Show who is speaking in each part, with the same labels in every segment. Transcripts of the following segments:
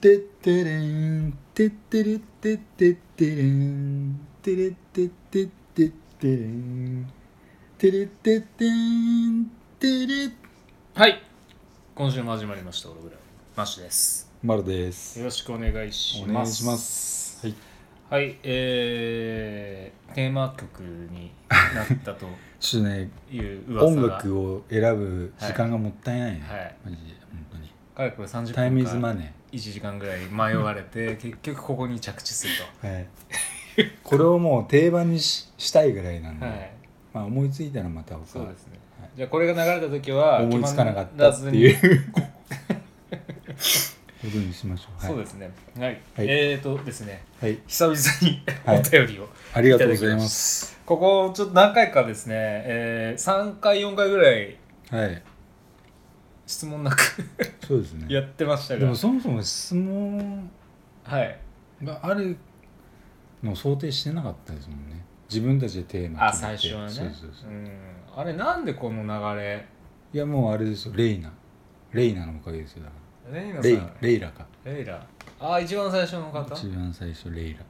Speaker 1: てってれん、てってれってってってれん、てれってってってってれん、てれってってん、てれ。
Speaker 2: はい今週も始まりました俺ぐらいマッシュです
Speaker 1: まるです。
Speaker 2: よろしくお願いし
Speaker 1: お願
Speaker 2: ます
Speaker 1: いします。はい。
Speaker 2: はいえー、テーマ曲になったと
Speaker 1: ちょっとね、
Speaker 2: いう噂が
Speaker 1: 音楽を選ぶ時間がもったいないね。
Speaker 2: はい
Speaker 1: マジで、本当に。
Speaker 2: かれこれ30分
Speaker 1: タイムイズマ
Speaker 2: か
Speaker 1: ネ
Speaker 2: 1時間ぐらい迷わ れて結局ここに着地する
Speaker 1: ー。はい。これをもう定番にししたいぐらいなん
Speaker 2: と
Speaker 1: で、
Speaker 2: はい
Speaker 1: まあ思いついたらまた他
Speaker 2: そうですね、
Speaker 1: はい
Speaker 2: じゃあこれが流れた時は
Speaker 1: 思いつかなかったっていう
Speaker 2: 決
Speaker 1: ことにしましょう。。
Speaker 2: まらずにそうですすねはい、
Speaker 1: はい
Speaker 2: えーとですね
Speaker 1: はい。
Speaker 2: 久々に
Speaker 1: はい
Speaker 2: お便りを、
Speaker 1: ありがとうございます。
Speaker 2: ここちょっと何回かですね、えー、3回4回ぐらい
Speaker 1: はい。
Speaker 2: 質問なく
Speaker 1: そうですね。
Speaker 2: やってました
Speaker 1: で
Speaker 2: が
Speaker 1: もそもそも質問
Speaker 2: はい
Speaker 1: があるのを想定してなかったですもんね。自分たちでテーマ
Speaker 2: あ
Speaker 1: 決め
Speaker 2: 最
Speaker 1: て
Speaker 2: 初はね
Speaker 1: そうそうそう。
Speaker 2: ん、あれなんでこの流れ
Speaker 1: いやもうあれですよ。レイナ。レイナのおかげですよ。だか
Speaker 2: レイナ
Speaker 1: ら
Speaker 2: さ
Speaker 1: レイ
Speaker 2: ん
Speaker 1: レイラか。
Speaker 2: レイラあ一番最初の方
Speaker 1: 一番最初レイラ。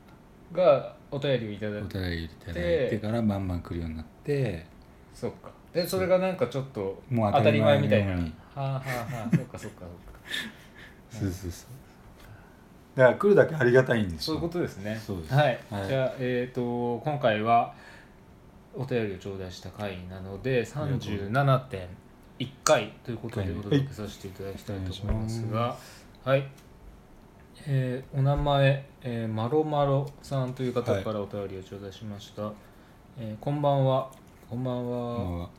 Speaker 2: がお便りをいただい
Speaker 1: お
Speaker 2: て
Speaker 1: 便りいただいてからバンバン来るようになって、
Speaker 2: そっかでそれがなんかちょっと
Speaker 1: もう当
Speaker 2: 当た
Speaker 1: た
Speaker 2: り
Speaker 1: り
Speaker 2: 前
Speaker 1: 前
Speaker 2: み
Speaker 1: み
Speaker 2: た
Speaker 1: た
Speaker 2: い
Speaker 1: い
Speaker 2: な
Speaker 1: な
Speaker 2: はあはあはあそっかそっかそっか
Speaker 1: そうそうそう。だから来るだけありがたいんです
Speaker 2: そう
Speaker 1: よ。
Speaker 2: いうことですね
Speaker 1: そうです
Speaker 2: はい、
Speaker 1: はい
Speaker 2: じゃあえっ、と今回はお便りを頂戴した回なので
Speaker 1: ありがとう
Speaker 2: 37.1回ということ
Speaker 1: は
Speaker 2: で
Speaker 1: い
Speaker 2: お届けさせていただきたいと思いますがはいえーお名前、えー、まろまろさんという方からお便りを頂戴しました、えーこんばんはこんばんは、
Speaker 1: ま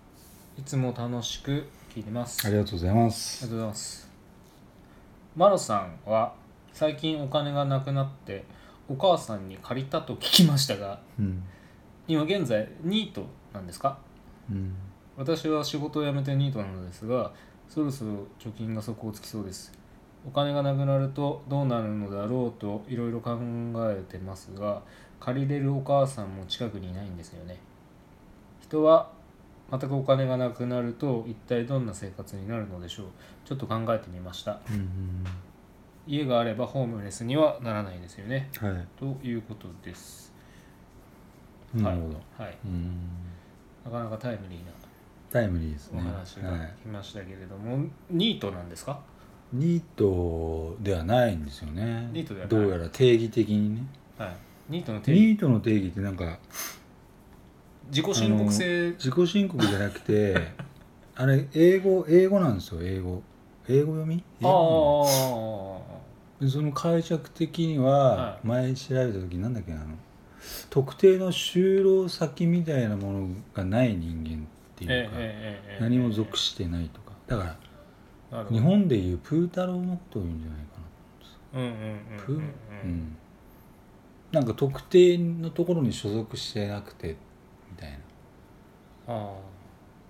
Speaker 2: いつも楽しく聞いてます
Speaker 1: あ、ありがとうございま
Speaker 2: ありが
Speaker 1: す。
Speaker 2: とうございます。マロさんは最近お金がなくなってお母さんに借りたと聞きましたが
Speaker 1: うん。
Speaker 2: 今現在ニートなんですか
Speaker 1: うん。
Speaker 2: 私は仕事を辞めてニートなのですがそろそろ貯金が底をつきそうですお金がなくなるとどうなるのだろうといろいろ考えてますが借りれるお母さんも近くにいないんですよね人は全くお金がなくなると一体どんな生活になるのでしょうちょっと考えてみました
Speaker 1: うん。
Speaker 2: 家があればホームレスにはならないですよね
Speaker 1: はい。
Speaker 2: ということです
Speaker 1: なるほど。
Speaker 2: はい、はい、
Speaker 1: うん。
Speaker 2: なかなかタイムリーな
Speaker 1: タイムリーです
Speaker 2: お
Speaker 1: ね。
Speaker 2: 話
Speaker 1: は
Speaker 2: が
Speaker 1: い、
Speaker 2: 来ましたけれども、ニートなんですか
Speaker 1: ニートではないんですよね。
Speaker 2: ニートではない
Speaker 1: どうやら定義的にね。
Speaker 2: はい、ニートの定義
Speaker 1: ニートの定義ってなんか
Speaker 2: 自己申告制
Speaker 1: 自己申告じゃなくて、 あれ英語英語なんですよ英語英語読み？
Speaker 2: ああ
Speaker 1: でその解釈的に
Speaker 2: は
Speaker 1: は、
Speaker 2: い
Speaker 1: 前調べた時なんだっけなあの特定の就労先みたいなものがない人間って
Speaker 2: ええ
Speaker 1: いうか、
Speaker 2: ええええ
Speaker 1: 何も属してないとか。だから
Speaker 2: なるほ
Speaker 1: 日
Speaker 2: ど
Speaker 1: 本でいうプータローのことを言うんじゃないかな。
Speaker 2: うんうん
Speaker 1: プ
Speaker 2: うんうん
Speaker 1: う
Speaker 2: うん
Speaker 1: ん、なんか特定のところに所属してなくてみたいなっ
Speaker 2: あ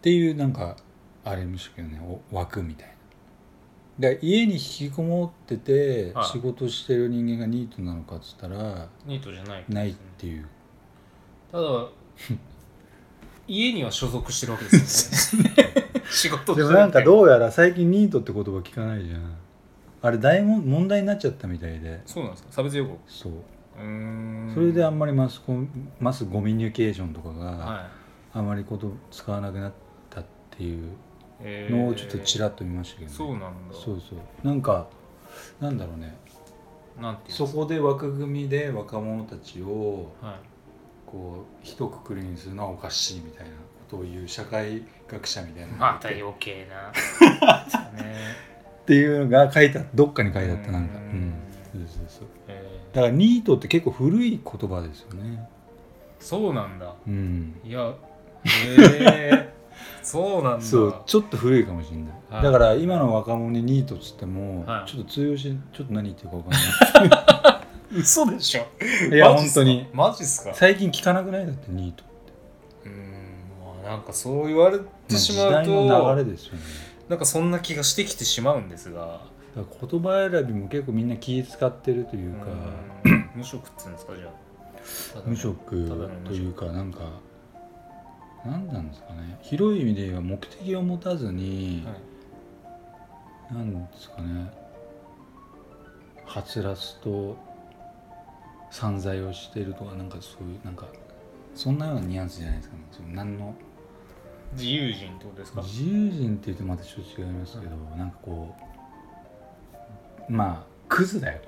Speaker 1: ていうなんかあれもしたけどねお枠みたいなで家に引きこもってて
Speaker 2: はい
Speaker 1: 仕事してる人間がニートなのかっつったら
Speaker 2: ーニートじゃない
Speaker 1: ないっていう
Speaker 2: ただ家には所属してるわけ ですよね仕事して
Speaker 1: で
Speaker 2: る
Speaker 1: もなんかどうやら最近ニートって言葉聞かないじゃんあれ大問問題になっちゃったみたいで
Speaker 2: そうなんですか差別予防
Speaker 1: そう
Speaker 2: うーん
Speaker 1: それであんまりマスコミマスゴミニュケーションとかが
Speaker 2: は
Speaker 1: あまりこと使わなくなったっていう
Speaker 2: いえー
Speaker 1: のをちょっとちらっと見ましたけど、ね
Speaker 2: そうなんだ
Speaker 1: そうそうなんかなんだろうね
Speaker 2: なんていうんです
Speaker 1: そ
Speaker 2: か
Speaker 1: こで枠組みで若者たちを
Speaker 2: はい
Speaker 1: こう一括りにするのはおかしいみたいなことを言う社会学者みたいな
Speaker 2: また余計な ね
Speaker 1: っていうのが書いてあどっかに書いてあったなんか
Speaker 2: う
Speaker 1: うんん、そうそうそう
Speaker 2: えー
Speaker 1: だからニートって結構古い言葉ですよね
Speaker 2: そうなんだ
Speaker 1: うん
Speaker 2: いや へえそうなんだ
Speaker 1: そうちょっと古いかもしれない、
Speaker 2: はい
Speaker 1: だから今の若者にニートっつっても、
Speaker 2: はい
Speaker 1: ちょっと通用しちょっと何言ってるか分かんな
Speaker 2: 嘘でしょ
Speaker 1: いいや
Speaker 2: マジ
Speaker 1: 本
Speaker 2: っす
Speaker 1: 当
Speaker 2: か
Speaker 1: に
Speaker 2: マジっすか
Speaker 1: 最近聞かなくないだってニート
Speaker 2: うーんまあなんかそう言われてしまうと、
Speaker 1: まあ時代の流れですよね
Speaker 2: なんかそんな気がしてきてしまうんですが
Speaker 1: だから言葉選びも結構みんな気使ってるというか、
Speaker 2: うーん無職っつうんですかじゃあただの
Speaker 1: 無職というかなんか何なんですかね広い意味で言えば目的を持たずに
Speaker 2: はい、
Speaker 1: 何、なんですかねカツラスと散財をしてるとかなんかそういうなんかそんなようなニュアンスじゃないですか、ね、その何の
Speaker 2: 自由人ってことですか
Speaker 1: 自由人って言うとまたちょっと違いますけど、なんかこうまあクズだ よ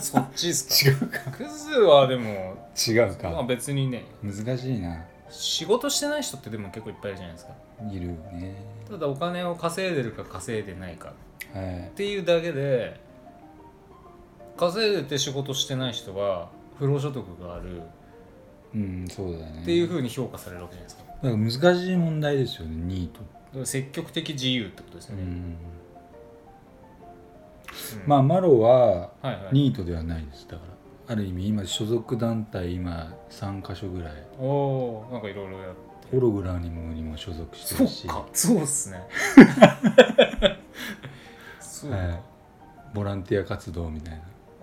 Speaker 2: そっちで す
Speaker 1: 違うか
Speaker 2: かクズはでも
Speaker 1: 違う
Speaker 2: まあ
Speaker 1: か
Speaker 2: 別にね
Speaker 1: 難しいな
Speaker 2: 仕事してない人ってでも結構いっぱいいるじゃないですか
Speaker 1: いるよね
Speaker 2: ただお金を稼いでるか稼いでないか
Speaker 1: はい
Speaker 2: っていうだけで稼いでて仕事してない人が不労所得があるっ
Speaker 1: うんそうだね
Speaker 2: ていうふうに評価されるわけじゃないですか,、
Speaker 1: だから難しい問題ですよねニートって、
Speaker 2: 積極的自由ってことです
Speaker 1: う
Speaker 2: よね、
Speaker 1: ん、
Speaker 2: うん
Speaker 1: まあマロは
Speaker 2: はいはい
Speaker 1: ニートではないですだからある意味今所属団体今3か所ぐらい
Speaker 2: おおーなんかいろいろやって
Speaker 1: ホログラムにも所属してるし、
Speaker 2: そうっすねそうか、
Speaker 1: はいボランティア活動みたいな、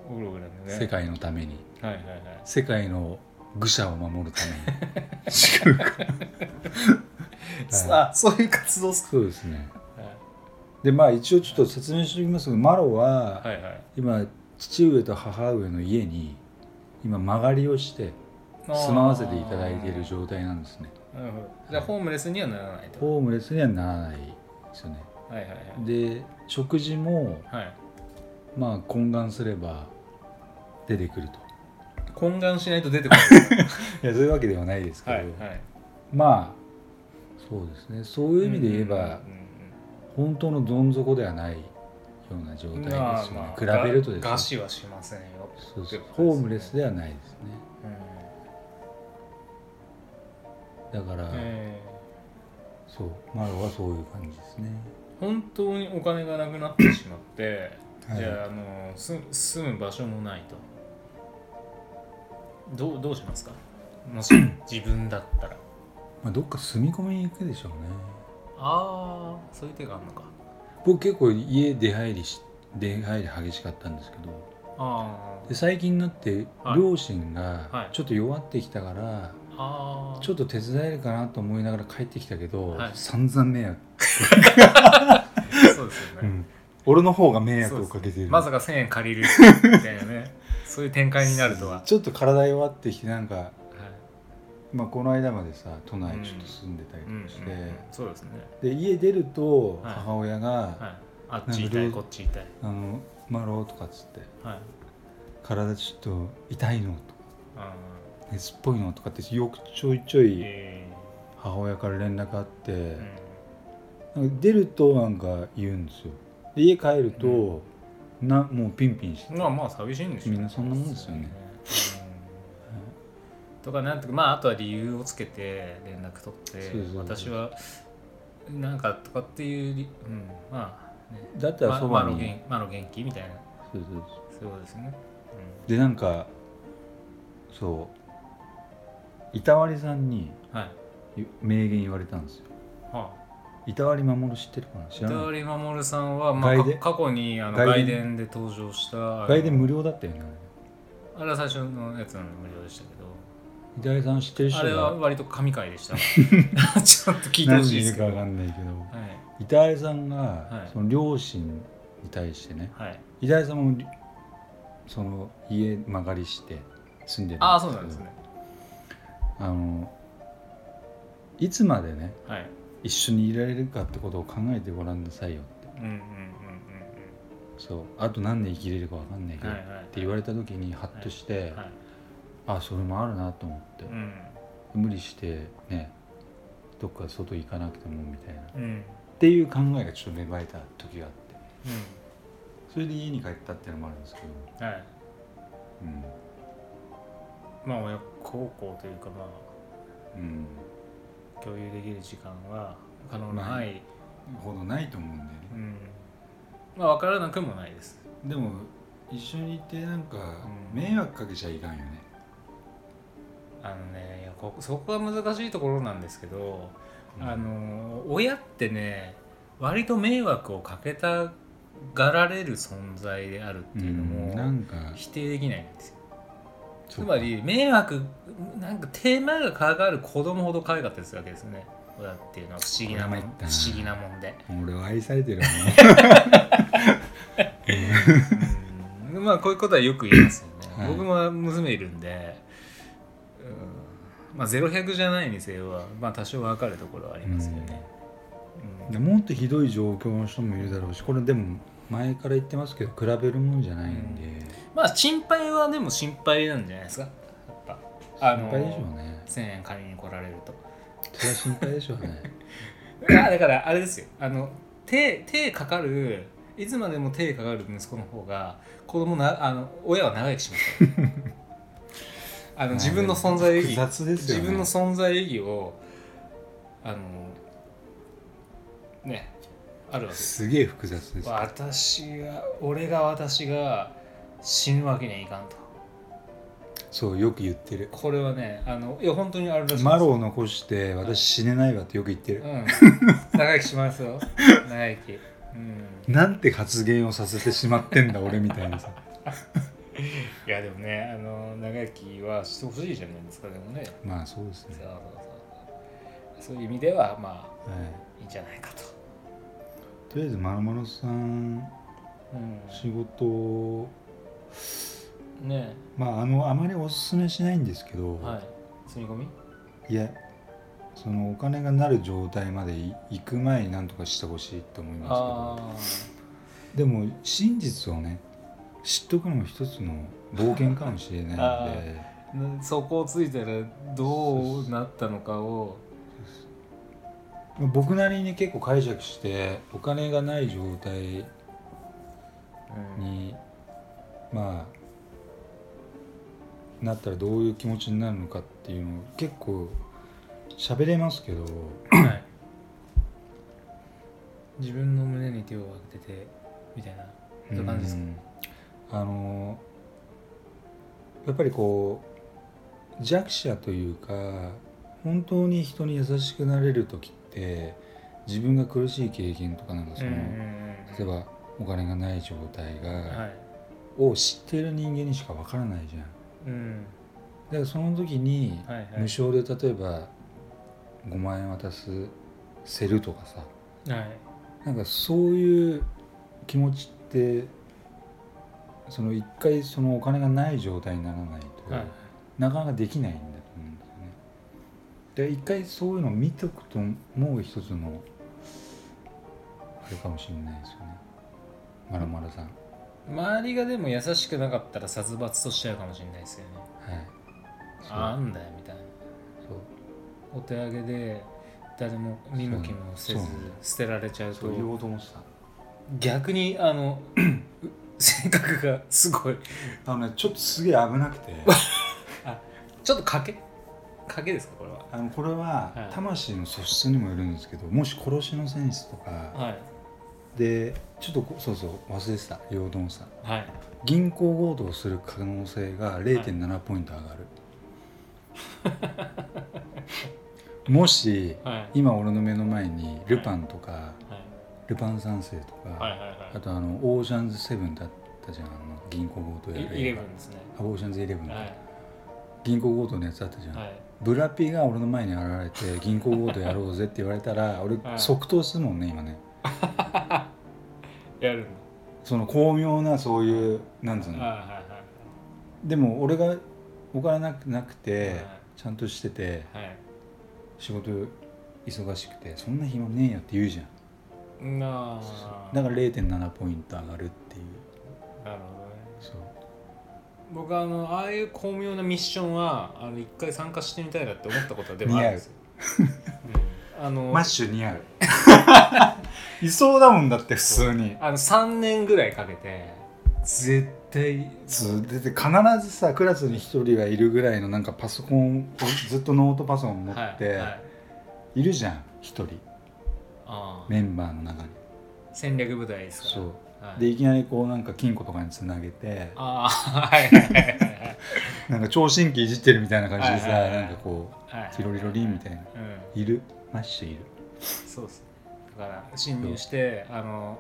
Speaker 2: オログラムね
Speaker 1: 世界のために
Speaker 2: はいはいはい
Speaker 1: 世界の愚者を守るために違うか
Speaker 2: あそういう活動っす
Speaker 1: そうですね
Speaker 2: か、は、
Speaker 1: でまあ一応ちょっと説明しておきますけどマロはい
Speaker 2: はいはい
Speaker 1: 今父上と母上の家に今間借りをして
Speaker 2: あー
Speaker 1: 住まわせていただいている状態なんですね
Speaker 2: なるほどじゃあホームレスにはならないと
Speaker 1: ホームレスにはならないですよね
Speaker 2: はいはいはい
Speaker 1: で食事も
Speaker 2: はい
Speaker 1: まあ懇願すれば出てくると
Speaker 2: 懇願しないと出てこない
Speaker 1: いやそういうわけではないですけど、
Speaker 2: はいはい
Speaker 1: まあそうですねそういう意味で言えば、本当のどん底ではないような状
Speaker 2: う
Speaker 1: 態
Speaker 2: んうんうん
Speaker 1: です
Speaker 2: まあ
Speaker 1: よね
Speaker 2: まあ、
Speaker 1: 比べるとですね
Speaker 2: 餓死はしませんよ
Speaker 1: そう
Speaker 2: って
Speaker 1: そう
Speaker 2: こと
Speaker 1: ホー
Speaker 2: ですね
Speaker 1: ムレスではないですね
Speaker 2: うん
Speaker 1: だから、
Speaker 2: え
Speaker 1: そうマロはそういう感じですね
Speaker 2: ー本当にお金がなくなってしまって、
Speaker 1: はい
Speaker 2: じゃああのす住む場所もないとどうどうしますかもし自分だったら
Speaker 1: まあ、どっか住み込みに行くでしょうね
Speaker 2: ああそういう手があるのか
Speaker 1: 僕結構家出入りし出入り激しかったんですけど
Speaker 2: あ
Speaker 1: で最近になって
Speaker 2: はい
Speaker 1: 両親
Speaker 2: は
Speaker 1: が
Speaker 2: い
Speaker 1: ちょっと弱ってきたから、
Speaker 2: あああ
Speaker 1: ちょっと手伝えるかなと思いながら帰ってきたけど、
Speaker 2: はい
Speaker 1: 散々迷惑、
Speaker 2: そうですよ
Speaker 1: う
Speaker 2: ね、
Speaker 1: ん俺の方が迷惑をかけてる、
Speaker 2: まさか1000円借りるみたいな ねそういう展開になるとは、はい
Speaker 1: ちょっと体弱ってきてなんか、まあ、この間までさ都内ちょっと住んでたり
Speaker 2: うんうんうん
Speaker 1: とかして、
Speaker 2: そうですね、
Speaker 1: で家出ると
Speaker 2: はい
Speaker 1: 母親が
Speaker 2: はい、あっち痛いこっち痛い
Speaker 1: 「あのマロ」とかっつって
Speaker 2: はい
Speaker 1: 「体ちょっと痛いの」とか
Speaker 2: あ
Speaker 1: 「熱っぽいの」とかってよくちょいちょ
Speaker 2: ー
Speaker 1: い
Speaker 2: え
Speaker 1: 母親から連絡あって、
Speaker 2: ーうん
Speaker 1: なんか出るとなんか言うんですよで家帰ると、なもうピンピンして
Speaker 2: まあまあ寂しいんでしょう
Speaker 1: みんなそんなもんですよね
Speaker 2: うんとかなんとかまああとは理由をつけて連絡取って
Speaker 1: そうそうそう
Speaker 2: 私はなんかとかっていう理、うん、まあね
Speaker 1: だったらそば
Speaker 2: まあまあの
Speaker 1: に、
Speaker 2: 元まあの元気みたいな
Speaker 1: そうそう
Speaker 2: そういうことですね、
Speaker 1: でなんかそういたわりさんに
Speaker 2: うん、はい
Speaker 1: ゆ名言言われたんですよ
Speaker 2: はあ
Speaker 1: いたわり守る知ってるかな知らない
Speaker 2: 糸り守さんは、まあ、
Speaker 1: 外
Speaker 2: か
Speaker 1: 伝
Speaker 2: 過去にあの
Speaker 1: 外
Speaker 2: 外
Speaker 1: 伝
Speaker 2: 伝で登場した
Speaker 1: 外で無料だったよねあれ
Speaker 2: あれは最初のやつなんで無料でしたけど
Speaker 1: いたわりさん知ってる人
Speaker 2: あれは
Speaker 1: が
Speaker 2: 割と神回 でしたちょっと聞いてほ
Speaker 1: 何
Speaker 2: し
Speaker 1: 人
Speaker 2: いで
Speaker 1: い
Speaker 2: す
Speaker 1: る
Speaker 2: け
Speaker 1: か
Speaker 2: ど
Speaker 1: わ
Speaker 2: は
Speaker 1: か
Speaker 2: い
Speaker 1: んないけどいたわりさんが、
Speaker 2: い
Speaker 1: その両親に対してね
Speaker 2: はい
Speaker 1: いたわりさんもりその家間借りして住んでる
Speaker 2: ああそうなんですね
Speaker 1: あのいつまでね
Speaker 2: はい
Speaker 1: 一緒にいられるかってことを考えてごらんなさいよって
Speaker 2: うんうんうん
Speaker 1: そうあと何年生きれるかわかんないけ
Speaker 2: うんうん
Speaker 1: ど、
Speaker 2: はい
Speaker 1: っ
Speaker 2: はい
Speaker 1: て言われた時にハッとして、
Speaker 2: はい
Speaker 1: あそれもあるなと思って、
Speaker 2: うん
Speaker 1: 無理してねどっか外行かなくてもみたいなっ
Speaker 2: うんうん
Speaker 1: ていう考えがちょっと芽生えた時があってそれで家に帰ったっていうのもあるんですけど、
Speaker 2: はい
Speaker 1: うん
Speaker 2: まあ親孝行というか
Speaker 1: う
Speaker 2: ま
Speaker 1: ん、
Speaker 2: あ共有できる時間は可能な範囲、
Speaker 1: ほどないと思うんだよね
Speaker 2: うんまあ分からなくもないです
Speaker 1: でも一緒にいてなんか
Speaker 2: うん
Speaker 1: 迷惑かけちゃいかんよね、
Speaker 2: あのねいやこそこが難しいところなんですけど、あの親ってね割と迷惑をかけたがられる存在であるっていうの
Speaker 1: うんな
Speaker 2: も
Speaker 1: んか
Speaker 2: 否定できないんですよ、
Speaker 1: つ
Speaker 2: つまり迷惑なんか手間がかかる子供ほど可愛かったりするわけですね親っていうのは不思議なもん
Speaker 1: これは参っ
Speaker 2: 不
Speaker 1: たな
Speaker 2: 思議な もんで、
Speaker 1: 俺は愛されてるわね
Speaker 2: うんまあこういうことはよく言いますよね、
Speaker 1: はい
Speaker 2: 僕も娘いるんで、うんまあ0100じゃないにせよは、まあ、多少分かるところはありますよね、うん
Speaker 1: でもっとひどい状況の人もいるだろうしこれでも前から言ってますけど比べるもんじゃないんで、
Speaker 2: まあ心配はでも心配なんじゃないですかやっぱあの
Speaker 1: 心配でしょうね
Speaker 2: 1000円借りに来られると
Speaker 1: それは心配でしょう ね
Speaker 2: いやだからあれですよあの手手かかるいつまでも手かかる息子の方が子供なあの親は長生きしますから あの自分の存在意義
Speaker 1: 複雑ですよね
Speaker 2: 自分の存在意義をあのねあるわけです
Speaker 1: すげえ複雑ですよ
Speaker 2: 私が俺が私が死ぬわけにはいかんと
Speaker 1: そうよく言ってる
Speaker 2: これはねあのいや本当にあるらしいです
Speaker 1: マロを残して私死ねないわってよく言ってる、
Speaker 2: うん、長生きします よ長生きうん
Speaker 1: なんて発言をさせてしまってんだ俺みたいなさ
Speaker 2: いやでもねあの長生きはしてほしいじゃないですかでもねそう
Speaker 1: まあそうです
Speaker 2: そう
Speaker 1: ね、
Speaker 2: そうそういう意味ではま
Speaker 1: はい、
Speaker 2: あいいんじゃないかと、
Speaker 1: とりあえずまろまろさん
Speaker 2: う
Speaker 1: 仕事を
Speaker 2: ん、ね
Speaker 1: まああのあまりおすすめしないんですけど、
Speaker 2: はい住み込み
Speaker 1: い、やそのお金がなる状態までい行く前に何とかしてほしいと思います
Speaker 2: あ
Speaker 1: けどでも真実をね知っとくのも一つの冒険かもしれないんで
Speaker 2: あなそこをついたらどうなったのかを
Speaker 1: 僕なりに結構解釈してお金がない状態
Speaker 2: うん
Speaker 1: にまあなったらどういう気持ちになるのかっていうのを結構喋れますけど
Speaker 2: はい自分の胸に手を当ててみたいなそういう感じですか
Speaker 1: うんあのやっぱりこう弱者というか本当に人に優しくなれる時って自分が苦しい経験とかなんかその、例えばお金がない状態が、
Speaker 2: はい
Speaker 1: を知っている人間にしかわからないじゃん。
Speaker 2: うん
Speaker 1: だからその時に
Speaker 2: はいはい
Speaker 1: 無償で例えば5万円渡すせるとかさ
Speaker 2: はい
Speaker 1: なんかそういう気持ちってその一回そのお金がない状態にならないと、
Speaker 2: はい
Speaker 1: なかなかできないんだと思うんですよね。で一回そういうのを見とくともう一つのあれかもしれないですよね。まるまるさん。は
Speaker 2: 周りがでも優しくなかったら殺伐としちゃうかもしれないですよね
Speaker 1: い。そう
Speaker 2: あんだよみたいな
Speaker 1: そう
Speaker 2: お手上げで誰も見向きもせず
Speaker 1: そうなんだ
Speaker 2: 捨てられちゃうと
Speaker 1: おうと思ってた。
Speaker 2: 逆にあの 性格がすごい
Speaker 1: あのねちょっとすげえ危なくて
Speaker 2: ちょっと賭け賭けですかこれは
Speaker 1: あのこれ
Speaker 2: は
Speaker 1: はい魂の素質にもよるんですけどもし殺しのセンスとか
Speaker 2: はい
Speaker 1: でちょっとこそうそう忘れてた陽動さん
Speaker 2: はい
Speaker 1: 銀行強盗をする可能性が0.7ポイント上がる、もし
Speaker 2: はい
Speaker 1: 今俺の目の前にルパンとかルパン三世とか、
Speaker 2: はいはいはい
Speaker 1: あとあのオーシャンズセブンだったじゃんあの銀行強盗やる
Speaker 2: イレ
Speaker 1: 映
Speaker 2: ブ
Speaker 1: 画
Speaker 2: ンですね
Speaker 1: あオーシャンズイレブンだ、
Speaker 2: はい
Speaker 1: 銀行強盗のやつあったじゃん、
Speaker 2: はい
Speaker 1: ブラピが俺の前に現れて銀行強盗やろうぜって言われたら俺
Speaker 2: はい
Speaker 1: 即答するもんね今ね
Speaker 2: やるんだ
Speaker 1: その巧妙なそういうなんつうの
Speaker 2: はいはいは
Speaker 1: でも俺がお金なくなくて、
Speaker 2: はい
Speaker 1: ちゃんとしてて
Speaker 2: いはい
Speaker 1: 仕事忙しくてそんな暇ねえよって言うじゃん
Speaker 2: なあ
Speaker 1: だから0.7ポイント上がるっていう
Speaker 2: なるほどね
Speaker 1: そう
Speaker 2: 僕はあのああいう巧妙なミッションはあの一回参加してみたいなって思ったことはでもあるんですよ。うんあの
Speaker 1: マッシュ似合う いそうだもんだって普通に
Speaker 2: あの3年ぐらいかけて絶対
Speaker 1: そうでで必ずさクラスに一人はいるぐらいのなんかパソコンをずっとノートパソコン持
Speaker 2: は
Speaker 1: っ
Speaker 2: い
Speaker 1: て
Speaker 2: はい
Speaker 1: いるじゃん一人
Speaker 2: ああ
Speaker 1: メンバーの中に
Speaker 2: 戦略部隊ですから
Speaker 1: そう
Speaker 2: はい、
Speaker 1: でいきなりこうなんか金庫とかにつなげて
Speaker 2: ああはいはいはいはい
Speaker 1: なんか聴診器いじってるみたいな感じでさ
Speaker 2: はいはいはい
Speaker 1: なんかこ
Speaker 2: は
Speaker 1: う
Speaker 2: い
Speaker 1: ティロリロリンみたいな
Speaker 2: うん
Speaker 1: いるマッシュいる
Speaker 2: そうですねだから侵入してあの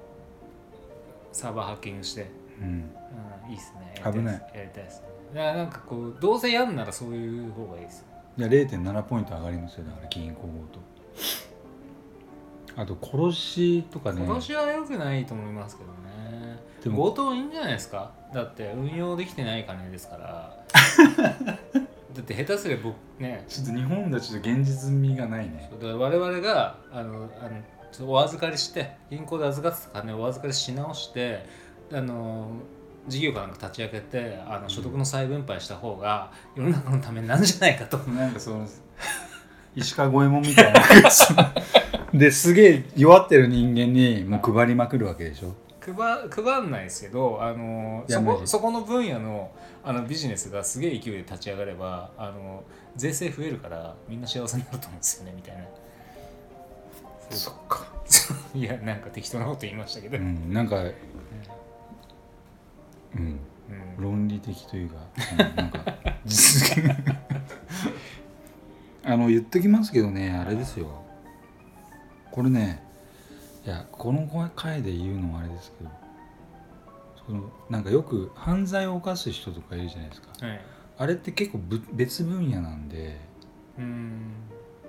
Speaker 2: サーバーハッキングして
Speaker 1: うん
Speaker 2: うんいいっすね
Speaker 1: 危ない
Speaker 2: やりたいですねだからなんかこうどうせやんならそういう方がいいです
Speaker 1: いや0.7ポイント上がりますよだから銀行強盗あと殺しとかね
Speaker 2: 今年は良くないと思いますけどね
Speaker 1: でも
Speaker 2: 強盗いいんじゃないですかだって運用できてない金ですから だって下手すれば僕ね
Speaker 1: ちょっと日本ではちょっと現実味がないね
Speaker 2: だから我々があのあのちょっとお預かりして銀行で預かってた金をお預かりし直してあの事業かなんか立ち上げてあの所得の再分配した方が世の中のためになるんじゃないかと
Speaker 1: なんかその石川五右衛門みたいなそ のですげえ弱ってる人間にもう配りまくるわけでしょ
Speaker 2: 配配んないですけどあの
Speaker 1: いや
Speaker 2: そ
Speaker 1: マ
Speaker 2: こ
Speaker 1: ジ
Speaker 2: そこの分野のあのビジネスがすげえ勢いで立ち上がればあの税制増えるからみんな幸せになると思うんですよねみたいな。
Speaker 1: っか、
Speaker 2: いやなんか適当なこと言いましたけど、
Speaker 1: う
Speaker 2: うん
Speaker 1: ん、なんかうん論理的というか、うんなんか実現あの言っときますけどねあれですよこれねいやこの回で言うのもあれですけどそのなんかよく犯罪を犯す人とかいるじゃないですか
Speaker 2: はい、
Speaker 1: あれって結構ぶ別分野なんで
Speaker 2: うん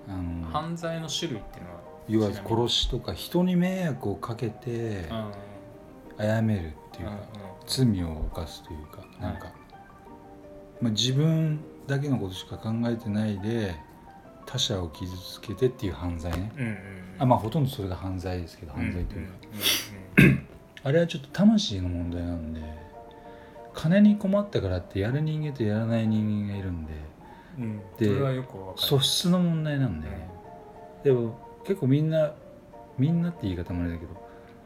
Speaker 1: あの
Speaker 2: 犯罪の種類っていうのは、
Speaker 1: 要は殺しとか人に迷惑をかけて
Speaker 2: うんうん
Speaker 1: 殺めるっていうか罪を犯すというかなんか、まあ、自分だけのことしか考えてないで他者を傷つけてっていう犯罪ね
Speaker 2: うんうん
Speaker 1: あまあほとんどそれが犯罪ですけど
Speaker 2: あ
Speaker 1: 犯罪というか、
Speaker 2: うんうん
Speaker 1: あれはちょっと魂の問題なんで金に困ったからってやる人間とやらない人間がいるんで
Speaker 2: うんうん
Speaker 1: で
Speaker 2: それはよくわかる
Speaker 1: 素質の問題なんだよね、でも結構みんなみんなって言い方もあれだけど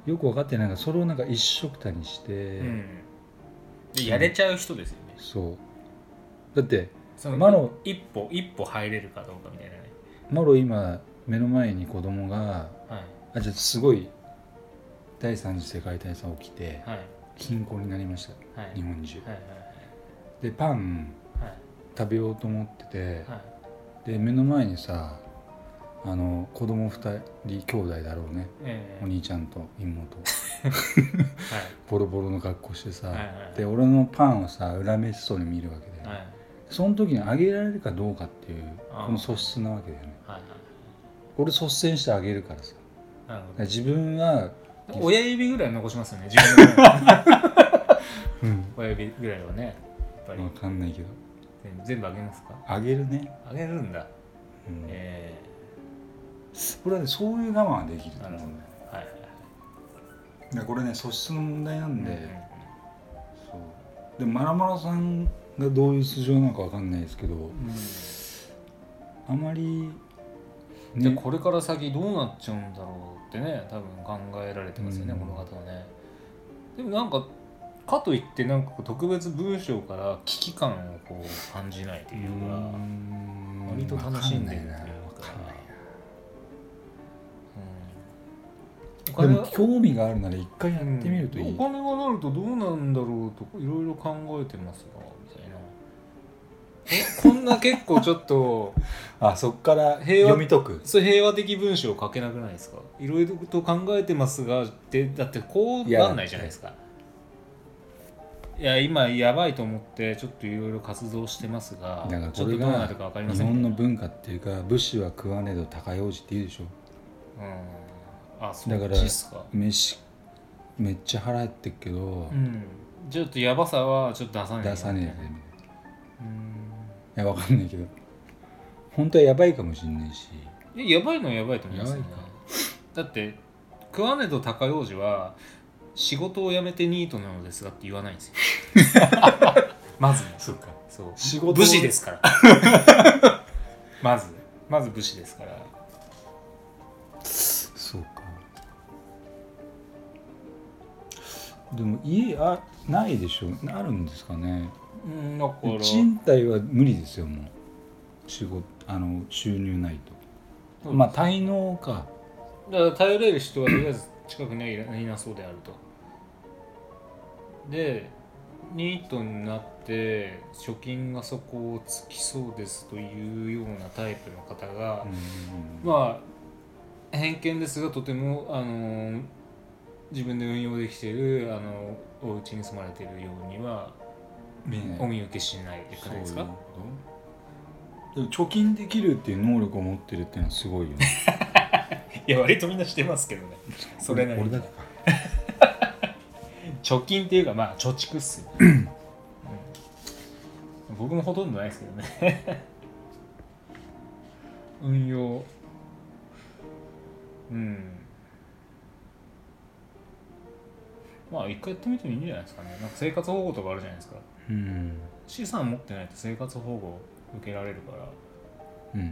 Speaker 1: よく分かってないからそれをなんか一緒くたにして、
Speaker 2: うんうんでやれちゃう人ですよね
Speaker 1: そうだって
Speaker 2: その
Speaker 1: マロ
Speaker 2: 一歩一歩入れるかどうかみたいなね
Speaker 1: マロ今目の前に子供が
Speaker 2: はい
Speaker 1: あじゃあすごい第三次世界大戦起きて
Speaker 2: はい
Speaker 1: 貧困になりました
Speaker 2: はいはい
Speaker 1: 日本中
Speaker 2: はい
Speaker 1: でパン
Speaker 2: はい
Speaker 1: 食べようと思ってて
Speaker 2: はい
Speaker 1: で目の前にさあの子供2人兄弟だろうね
Speaker 2: ええ
Speaker 1: お兄ちゃんと妹ボロボロの格好してさ、
Speaker 2: はいはいはい
Speaker 1: で俺のパンをさ恨めしそうに見るわけで、
Speaker 2: はいはい
Speaker 1: その時にあげられるかどうかっていう
Speaker 2: あー
Speaker 1: この素質なわけだよね
Speaker 2: はいはい
Speaker 1: 俺率先してあげるからさ
Speaker 2: なる
Speaker 1: だ
Speaker 2: ほど
Speaker 1: から自分は、
Speaker 2: 親指ぐらい残しますよね自分の
Speaker 1: うん、
Speaker 2: 親指ぐらいはねやっぱり
Speaker 1: 分かんないけど
Speaker 2: 全部あげますか
Speaker 1: あげるね、
Speaker 2: あげるんだ
Speaker 1: うん
Speaker 2: え
Speaker 1: 俺はねそういう我慢はできる
Speaker 2: え
Speaker 1: と
Speaker 2: な
Speaker 1: 思う
Speaker 2: るほど
Speaker 1: んだよ
Speaker 2: はいはい
Speaker 1: だからこれね素質の問題なんで、
Speaker 2: はいうんうん
Speaker 1: そうでマラマラさんがどういう素性なのかわかんないですけどあまり
Speaker 2: で
Speaker 1: ね
Speaker 2: これから先どうなっちゃうんだろうってね多分考えられてますよね、
Speaker 1: うん
Speaker 2: この方はねでもなんかかといってなんかこう特別文章から危機感をこう感じないと
Speaker 1: う
Speaker 2: い
Speaker 1: ー
Speaker 2: うか、
Speaker 1: ん
Speaker 2: 割と楽しんでるというか
Speaker 1: わかんないな
Speaker 2: うん、お
Speaker 1: で
Speaker 2: 金
Speaker 1: も
Speaker 2: が
Speaker 1: 興味があるなら一回やってみるといい、
Speaker 2: うんお金がなるとどうなんだろうといろいろ考えてますがみたいなえこんな結構ちょっと
Speaker 1: あそっから
Speaker 2: 平
Speaker 1: 読
Speaker 2: 和
Speaker 1: み解く
Speaker 2: そう平和的文章を書けなくないですかいろいろと考えてますがってだってこうなんないじゃないですかいや今やばいと思ってちょっといろいろ活動してますが
Speaker 1: だから
Speaker 2: ち
Speaker 1: こ
Speaker 2: ょっ
Speaker 1: れ
Speaker 2: とどうな
Speaker 1: が
Speaker 2: るか分かりま
Speaker 1: 日
Speaker 2: せん
Speaker 1: 本の
Speaker 2: うん
Speaker 1: 文化っていうか武士は食わねど高い王子って言うでしょ
Speaker 2: あそ
Speaker 1: だ
Speaker 2: う
Speaker 1: から
Speaker 2: ですか
Speaker 1: 飯めっちゃ腹減ってっけど
Speaker 2: う、んちょっとやばさはちょっと出さない
Speaker 1: 出さねえでみたいな
Speaker 2: うん
Speaker 1: いやわかんないけど本当はやばいかもしんないし
Speaker 2: いややばいのはやばいと思いますよね
Speaker 1: やばいか
Speaker 2: だって桑根と高陽次は仕事を辞めてニートなのですがって言わないんです よまずね
Speaker 1: そうか
Speaker 2: そう
Speaker 1: 仕事を
Speaker 2: 武士ですから まずまず武士ですから
Speaker 1: そうかでも家あないでしょあるんですかね
Speaker 2: うんだから
Speaker 1: 賃貸は無理ですよもう仕事あの収入ないとまあ滞納か
Speaker 2: だから頼れる人はとりあえず近くにはいないなそうであるとでニートになって貯金が底をつきそうですというようなタイプの方が、
Speaker 1: あ
Speaker 2: まあ偏見ですがとてもあのー自分で運用できているあのお家に住まれているようには
Speaker 1: 見えない
Speaker 2: お見受けしないでくないですか
Speaker 1: でも貯金できるっていう能力を持ってるっていうのはすごいよ ね
Speaker 2: いや割とみんなしてますけどねそれなり
Speaker 1: 俺
Speaker 2: に
Speaker 1: だけか
Speaker 2: 貯金っていうかまあ貯蓄っすよ、 うん僕もほとんどないですけどね 運用うんまあ一回やってみてもいいんじゃないですかねなんか生活保護とかあるじゃないですか
Speaker 1: うん
Speaker 2: 資産持ってないと生活保護受けられるから
Speaker 1: うん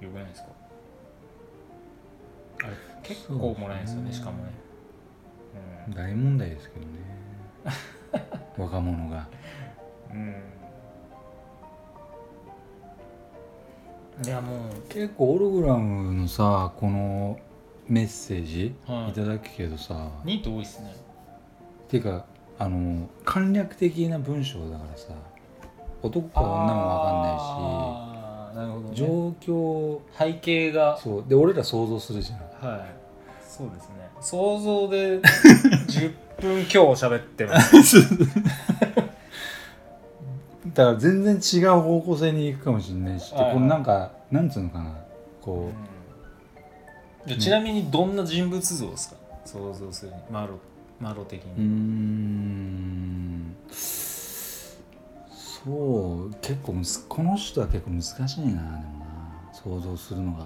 Speaker 2: よくないですかあれ結構もらえるんですよね
Speaker 1: そ
Speaker 2: し
Speaker 1: う
Speaker 2: かもね、うん
Speaker 1: 大問題ですけどね 若者が
Speaker 2: うんいやも
Speaker 1: 結構オログラムのさこのメッセージ
Speaker 2: う、はい
Speaker 1: ただくけどさ、
Speaker 2: ニート多いっすね
Speaker 1: ていうかあの簡略的な文章だからさ男か女もわ
Speaker 2: あーなるほ
Speaker 1: かん
Speaker 2: ど、
Speaker 1: ないし、
Speaker 2: ね、
Speaker 1: 状況
Speaker 2: 背景が
Speaker 1: そうで俺ら想像するじゃん
Speaker 2: はいそうですね想像で10分強喋ってます
Speaker 1: だから全然違う方向性に行くかもしれないし、で
Speaker 2: はいはい
Speaker 1: このなんかなんつうのかな
Speaker 2: う
Speaker 1: こ
Speaker 2: んじゃあちなみにどんな人物像ですか想像するにマロマロ的
Speaker 1: ううー
Speaker 2: に、
Speaker 1: んそう結構むずこの人は結構難しいなでもな想像するのが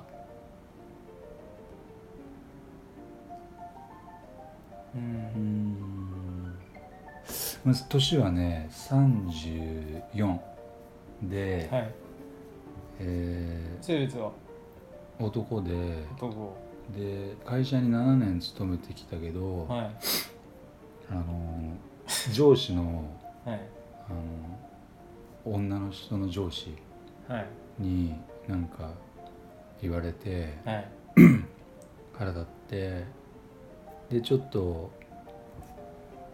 Speaker 1: う
Speaker 2: う
Speaker 1: ー
Speaker 2: ん
Speaker 1: んまず年はね34で、
Speaker 2: はい
Speaker 1: え
Speaker 2: 性別は
Speaker 1: ー男で
Speaker 2: 男
Speaker 1: で会社に7年勤めてきたけど、
Speaker 2: はい
Speaker 1: あの上司の
Speaker 2: はい
Speaker 1: あの女の人の上司
Speaker 2: はい
Speaker 1: になんか言われて
Speaker 2: はい
Speaker 1: 腹立ってでちょっと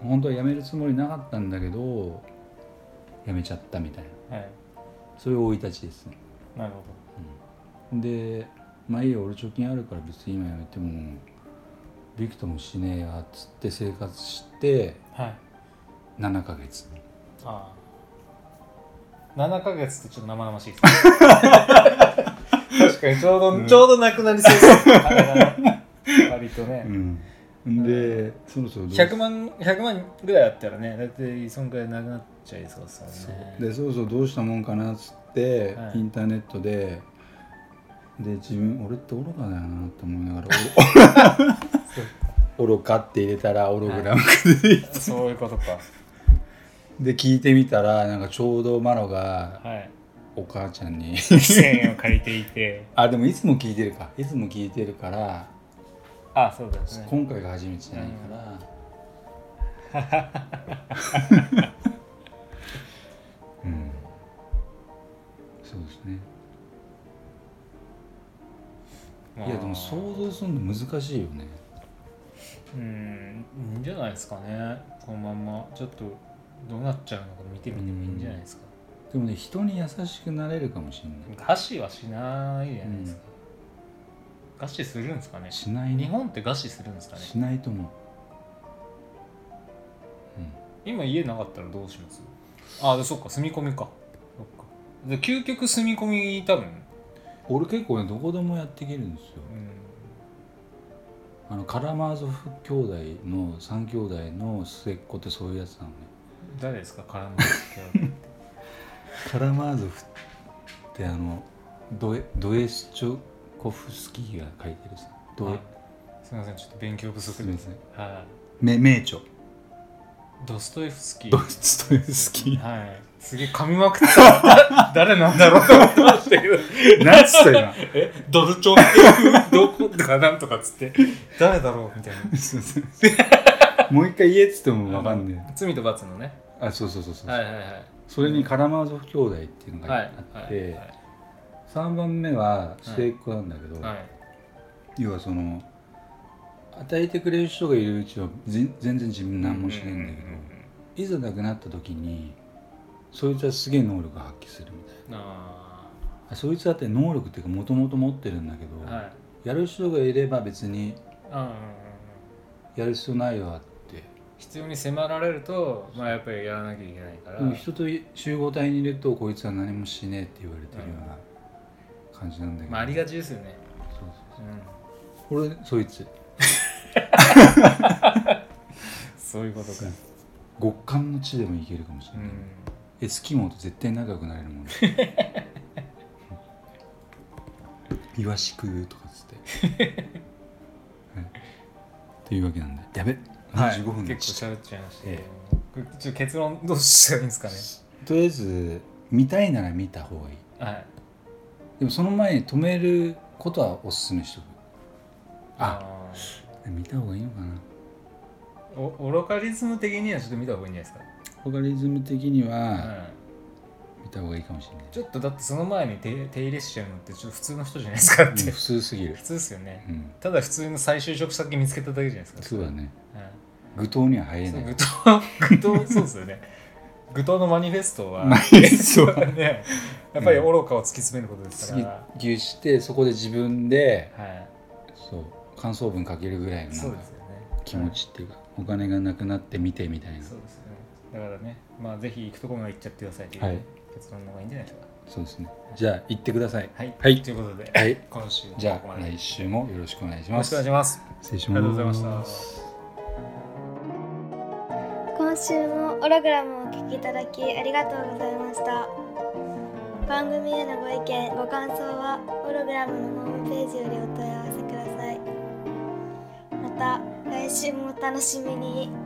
Speaker 1: 本当は辞めるつもりなかったんだけど辞めちゃったみたいな
Speaker 2: はい
Speaker 1: そういう生い立ちですね
Speaker 2: なるほ
Speaker 1: でまあいいよ俺貯金あるから別に今辞めてもビクともしねえやっつって生活して
Speaker 2: どはい
Speaker 1: 7ヶ月
Speaker 2: ああ7ヶ月ってちょっと生々しいですね 確かにちょうど、
Speaker 1: うん
Speaker 2: ちょうどなくなりそうですねあれがね割とね、
Speaker 1: うんでそろそろどうす
Speaker 2: 100万100万ぐらいあったらねだってそんくらいなくなっちゃいそうですもんね
Speaker 1: でそろそろどうしたもんかなっつって、
Speaker 2: はい
Speaker 1: インターネットでで自分俺って愚かだよなと思いながら「愚か」って入れたら「愚グラム」
Speaker 2: そういうことか
Speaker 1: で聞いてみたらなんかちょうどマロが
Speaker 2: はい
Speaker 1: お母ちゃんに
Speaker 2: 1000円を借りていて
Speaker 1: あでもいつも聞いてるかいつも聞いてるから、
Speaker 2: あそうですね
Speaker 1: 今回が初めてじゃないから、 うんそうですねいやでも想像するの難しいよね
Speaker 2: うんいいんじゃないですかねこのまんまちょっとどうなっちゃうのか見てみてもいいんじゃないですか
Speaker 1: でもね人に優しくなれるかもしれない
Speaker 2: 餓死はしないじゃないですか、餓死するんですかね
Speaker 1: しない
Speaker 2: 日
Speaker 1: ね
Speaker 2: 本って餓死するんですかね
Speaker 1: しないと思う
Speaker 2: 今家なかったらどうしますあでそっか住み込みかそっかで究極住み込み多分、
Speaker 1: 俺結構ねどこでもやっていけるんですよ
Speaker 2: うん、
Speaker 1: あのカラマーゾフ兄弟の3兄弟の末っ子ってそういうやつなのね
Speaker 2: 誰ですか絡む
Speaker 1: カラマーゾフってあのドエドエスチョコフスキーが書いてるさドエ
Speaker 2: すみませんちょっと勉強不
Speaker 1: す
Speaker 2: 足
Speaker 1: み
Speaker 2: で
Speaker 1: ますせん
Speaker 2: は
Speaker 1: め名著
Speaker 2: いドストエフスキー
Speaker 1: ドエストエフスキ
Speaker 2: はいすげえ噛みまくってた誰なんだろうと思ってましたけど
Speaker 1: ーなんつった今
Speaker 2: えドルチョンっていうどことかなんとかっつって誰だろうみたいな
Speaker 1: すいませんもう一回言えっつってもわかんね
Speaker 2: 罪と罰のね
Speaker 1: えあそうそうそうそう、
Speaker 2: はいはいはい
Speaker 1: それにカラマーゾフ兄弟っていうのが
Speaker 2: はい
Speaker 1: あっ
Speaker 2: は
Speaker 1: て、
Speaker 2: い
Speaker 1: 3番目は末っ子なんだけど、
Speaker 2: はい
Speaker 1: 要はその与えてくれる人がいるうちは全全然自分何もしないんだけど、
Speaker 2: ううう
Speaker 1: いざなくなった時にそいつはすげえ能力を発揮するみたい
Speaker 2: うんあ
Speaker 1: なあそいつだって能力っていうかもともと持ってるんだけど、
Speaker 2: ーはい
Speaker 1: やる人がいれば別に
Speaker 2: うんうんうんうん
Speaker 1: やる必要ないわって、
Speaker 2: 必要に迫られるとまあやっぱりやらなきゃいけないから
Speaker 1: でも人と集合体にいるとこいつは何もしねえって言われてるような感じなんだけど、
Speaker 2: まあありがちですよね
Speaker 1: そうそう
Speaker 2: うん
Speaker 1: 俺そいつ
Speaker 2: そういうことか
Speaker 1: 極寒の地でもいけるかもし
Speaker 2: う
Speaker 1: れない、
Speaker 2: ん
Speaker 1: エスキモーと絶対仲良くなれるもんね イワシ食うとかっつって、はい、というわけなんでやべ25分で
Speaker 2: 結構喋っちゃいましたけど
Speaker 1: え
Speaker 2: これちょっと結論どうしたらいいんですかね
Speaker 1: とりあえず見たいなら見た方がいい
Speaker 2: はい
Speaker 1: でもその前に止めることはおすすめしとくあ
Speaker 2: あ
Speaker 1: 見た方がいいのかな
Speaker 2: ーおオロカリズム的にはちょっと見た方がいいんじゃないです
Speaker 1: オカリズム的に
Speaker 2: か、
Speaker 1: は
Speaker 2: うん
Speaker 1: 見た方がいいかもしれない、
Speaker 2: ちょっとだってその前に手手入れしちゃうのってちょっと普通の人じゃないですかって、
Speaker 1: うん
Speaker 2: 普
Speaker 1: 普通すぎる、
Speaker 2: 通ですよね
Speaker 1: うん、
Speaker 2: ただ普通の再就職先見つけただけじゃないですか
Speaker 1: そうだね
Speaker 2: はい
Speaker 1: 愚頭には入れ
Speaker 2: そ
Speaker 1: な
Speaker 2: う
Speaker 1: い
Speaker 2: 愚党愚党そうですよね 愚党のマニフェストは
Speaker 1: マニフェストは
Speaker 2: ねやっぱり愚かを突き詰めることですから、
Speaker 1: 追求してそこで自分で
Speaker 2: は
Speaker 1: そう感想文書けるぐらい
Speaker 2: い
Speaker 1: のな
Speaker 2: そ
Speaker 1: ん
Speaker 2: う
Speaker 1: か
Speaker 2: ですよね
Speaker 1: 気持ちっていうかお金がなくなって見てみたい
Speaker 2: はい
Speaker 1: な
Speaker 2: そうですよねだからねまあぜひ行くところまで行っちゃってくださいとい
Speaker 1: は
Speaker 2: う
Speaker 1: い
Speaker 2: 結論の方がいいんじゃないでしょうか
Speaker 1: そうですねじゃあ行ってください
Speaker 2: はい、
Speaker 1: はい
Speaker 2: ということで、
Speaker 1: はい
Speaker 2: 今週も
Speaker 1: じゃ
Speaker 2: ここ
Speaker 1: あ
Speaker 2: までよ
Speaker 1: 来週もよろしくお願いしま
Speaker 2: ろしく
Speaker 1: す
Speaker 2: お願いします
Speaker 1: 失礼し
Speaker 2: ありがとうございました
Speaker 3: 今週もオログラムをお聞きいただきありがとうございました番組へのご意見ご感想はオログラムのホームページよりお問い合わせくださいまた来週もお楽しみに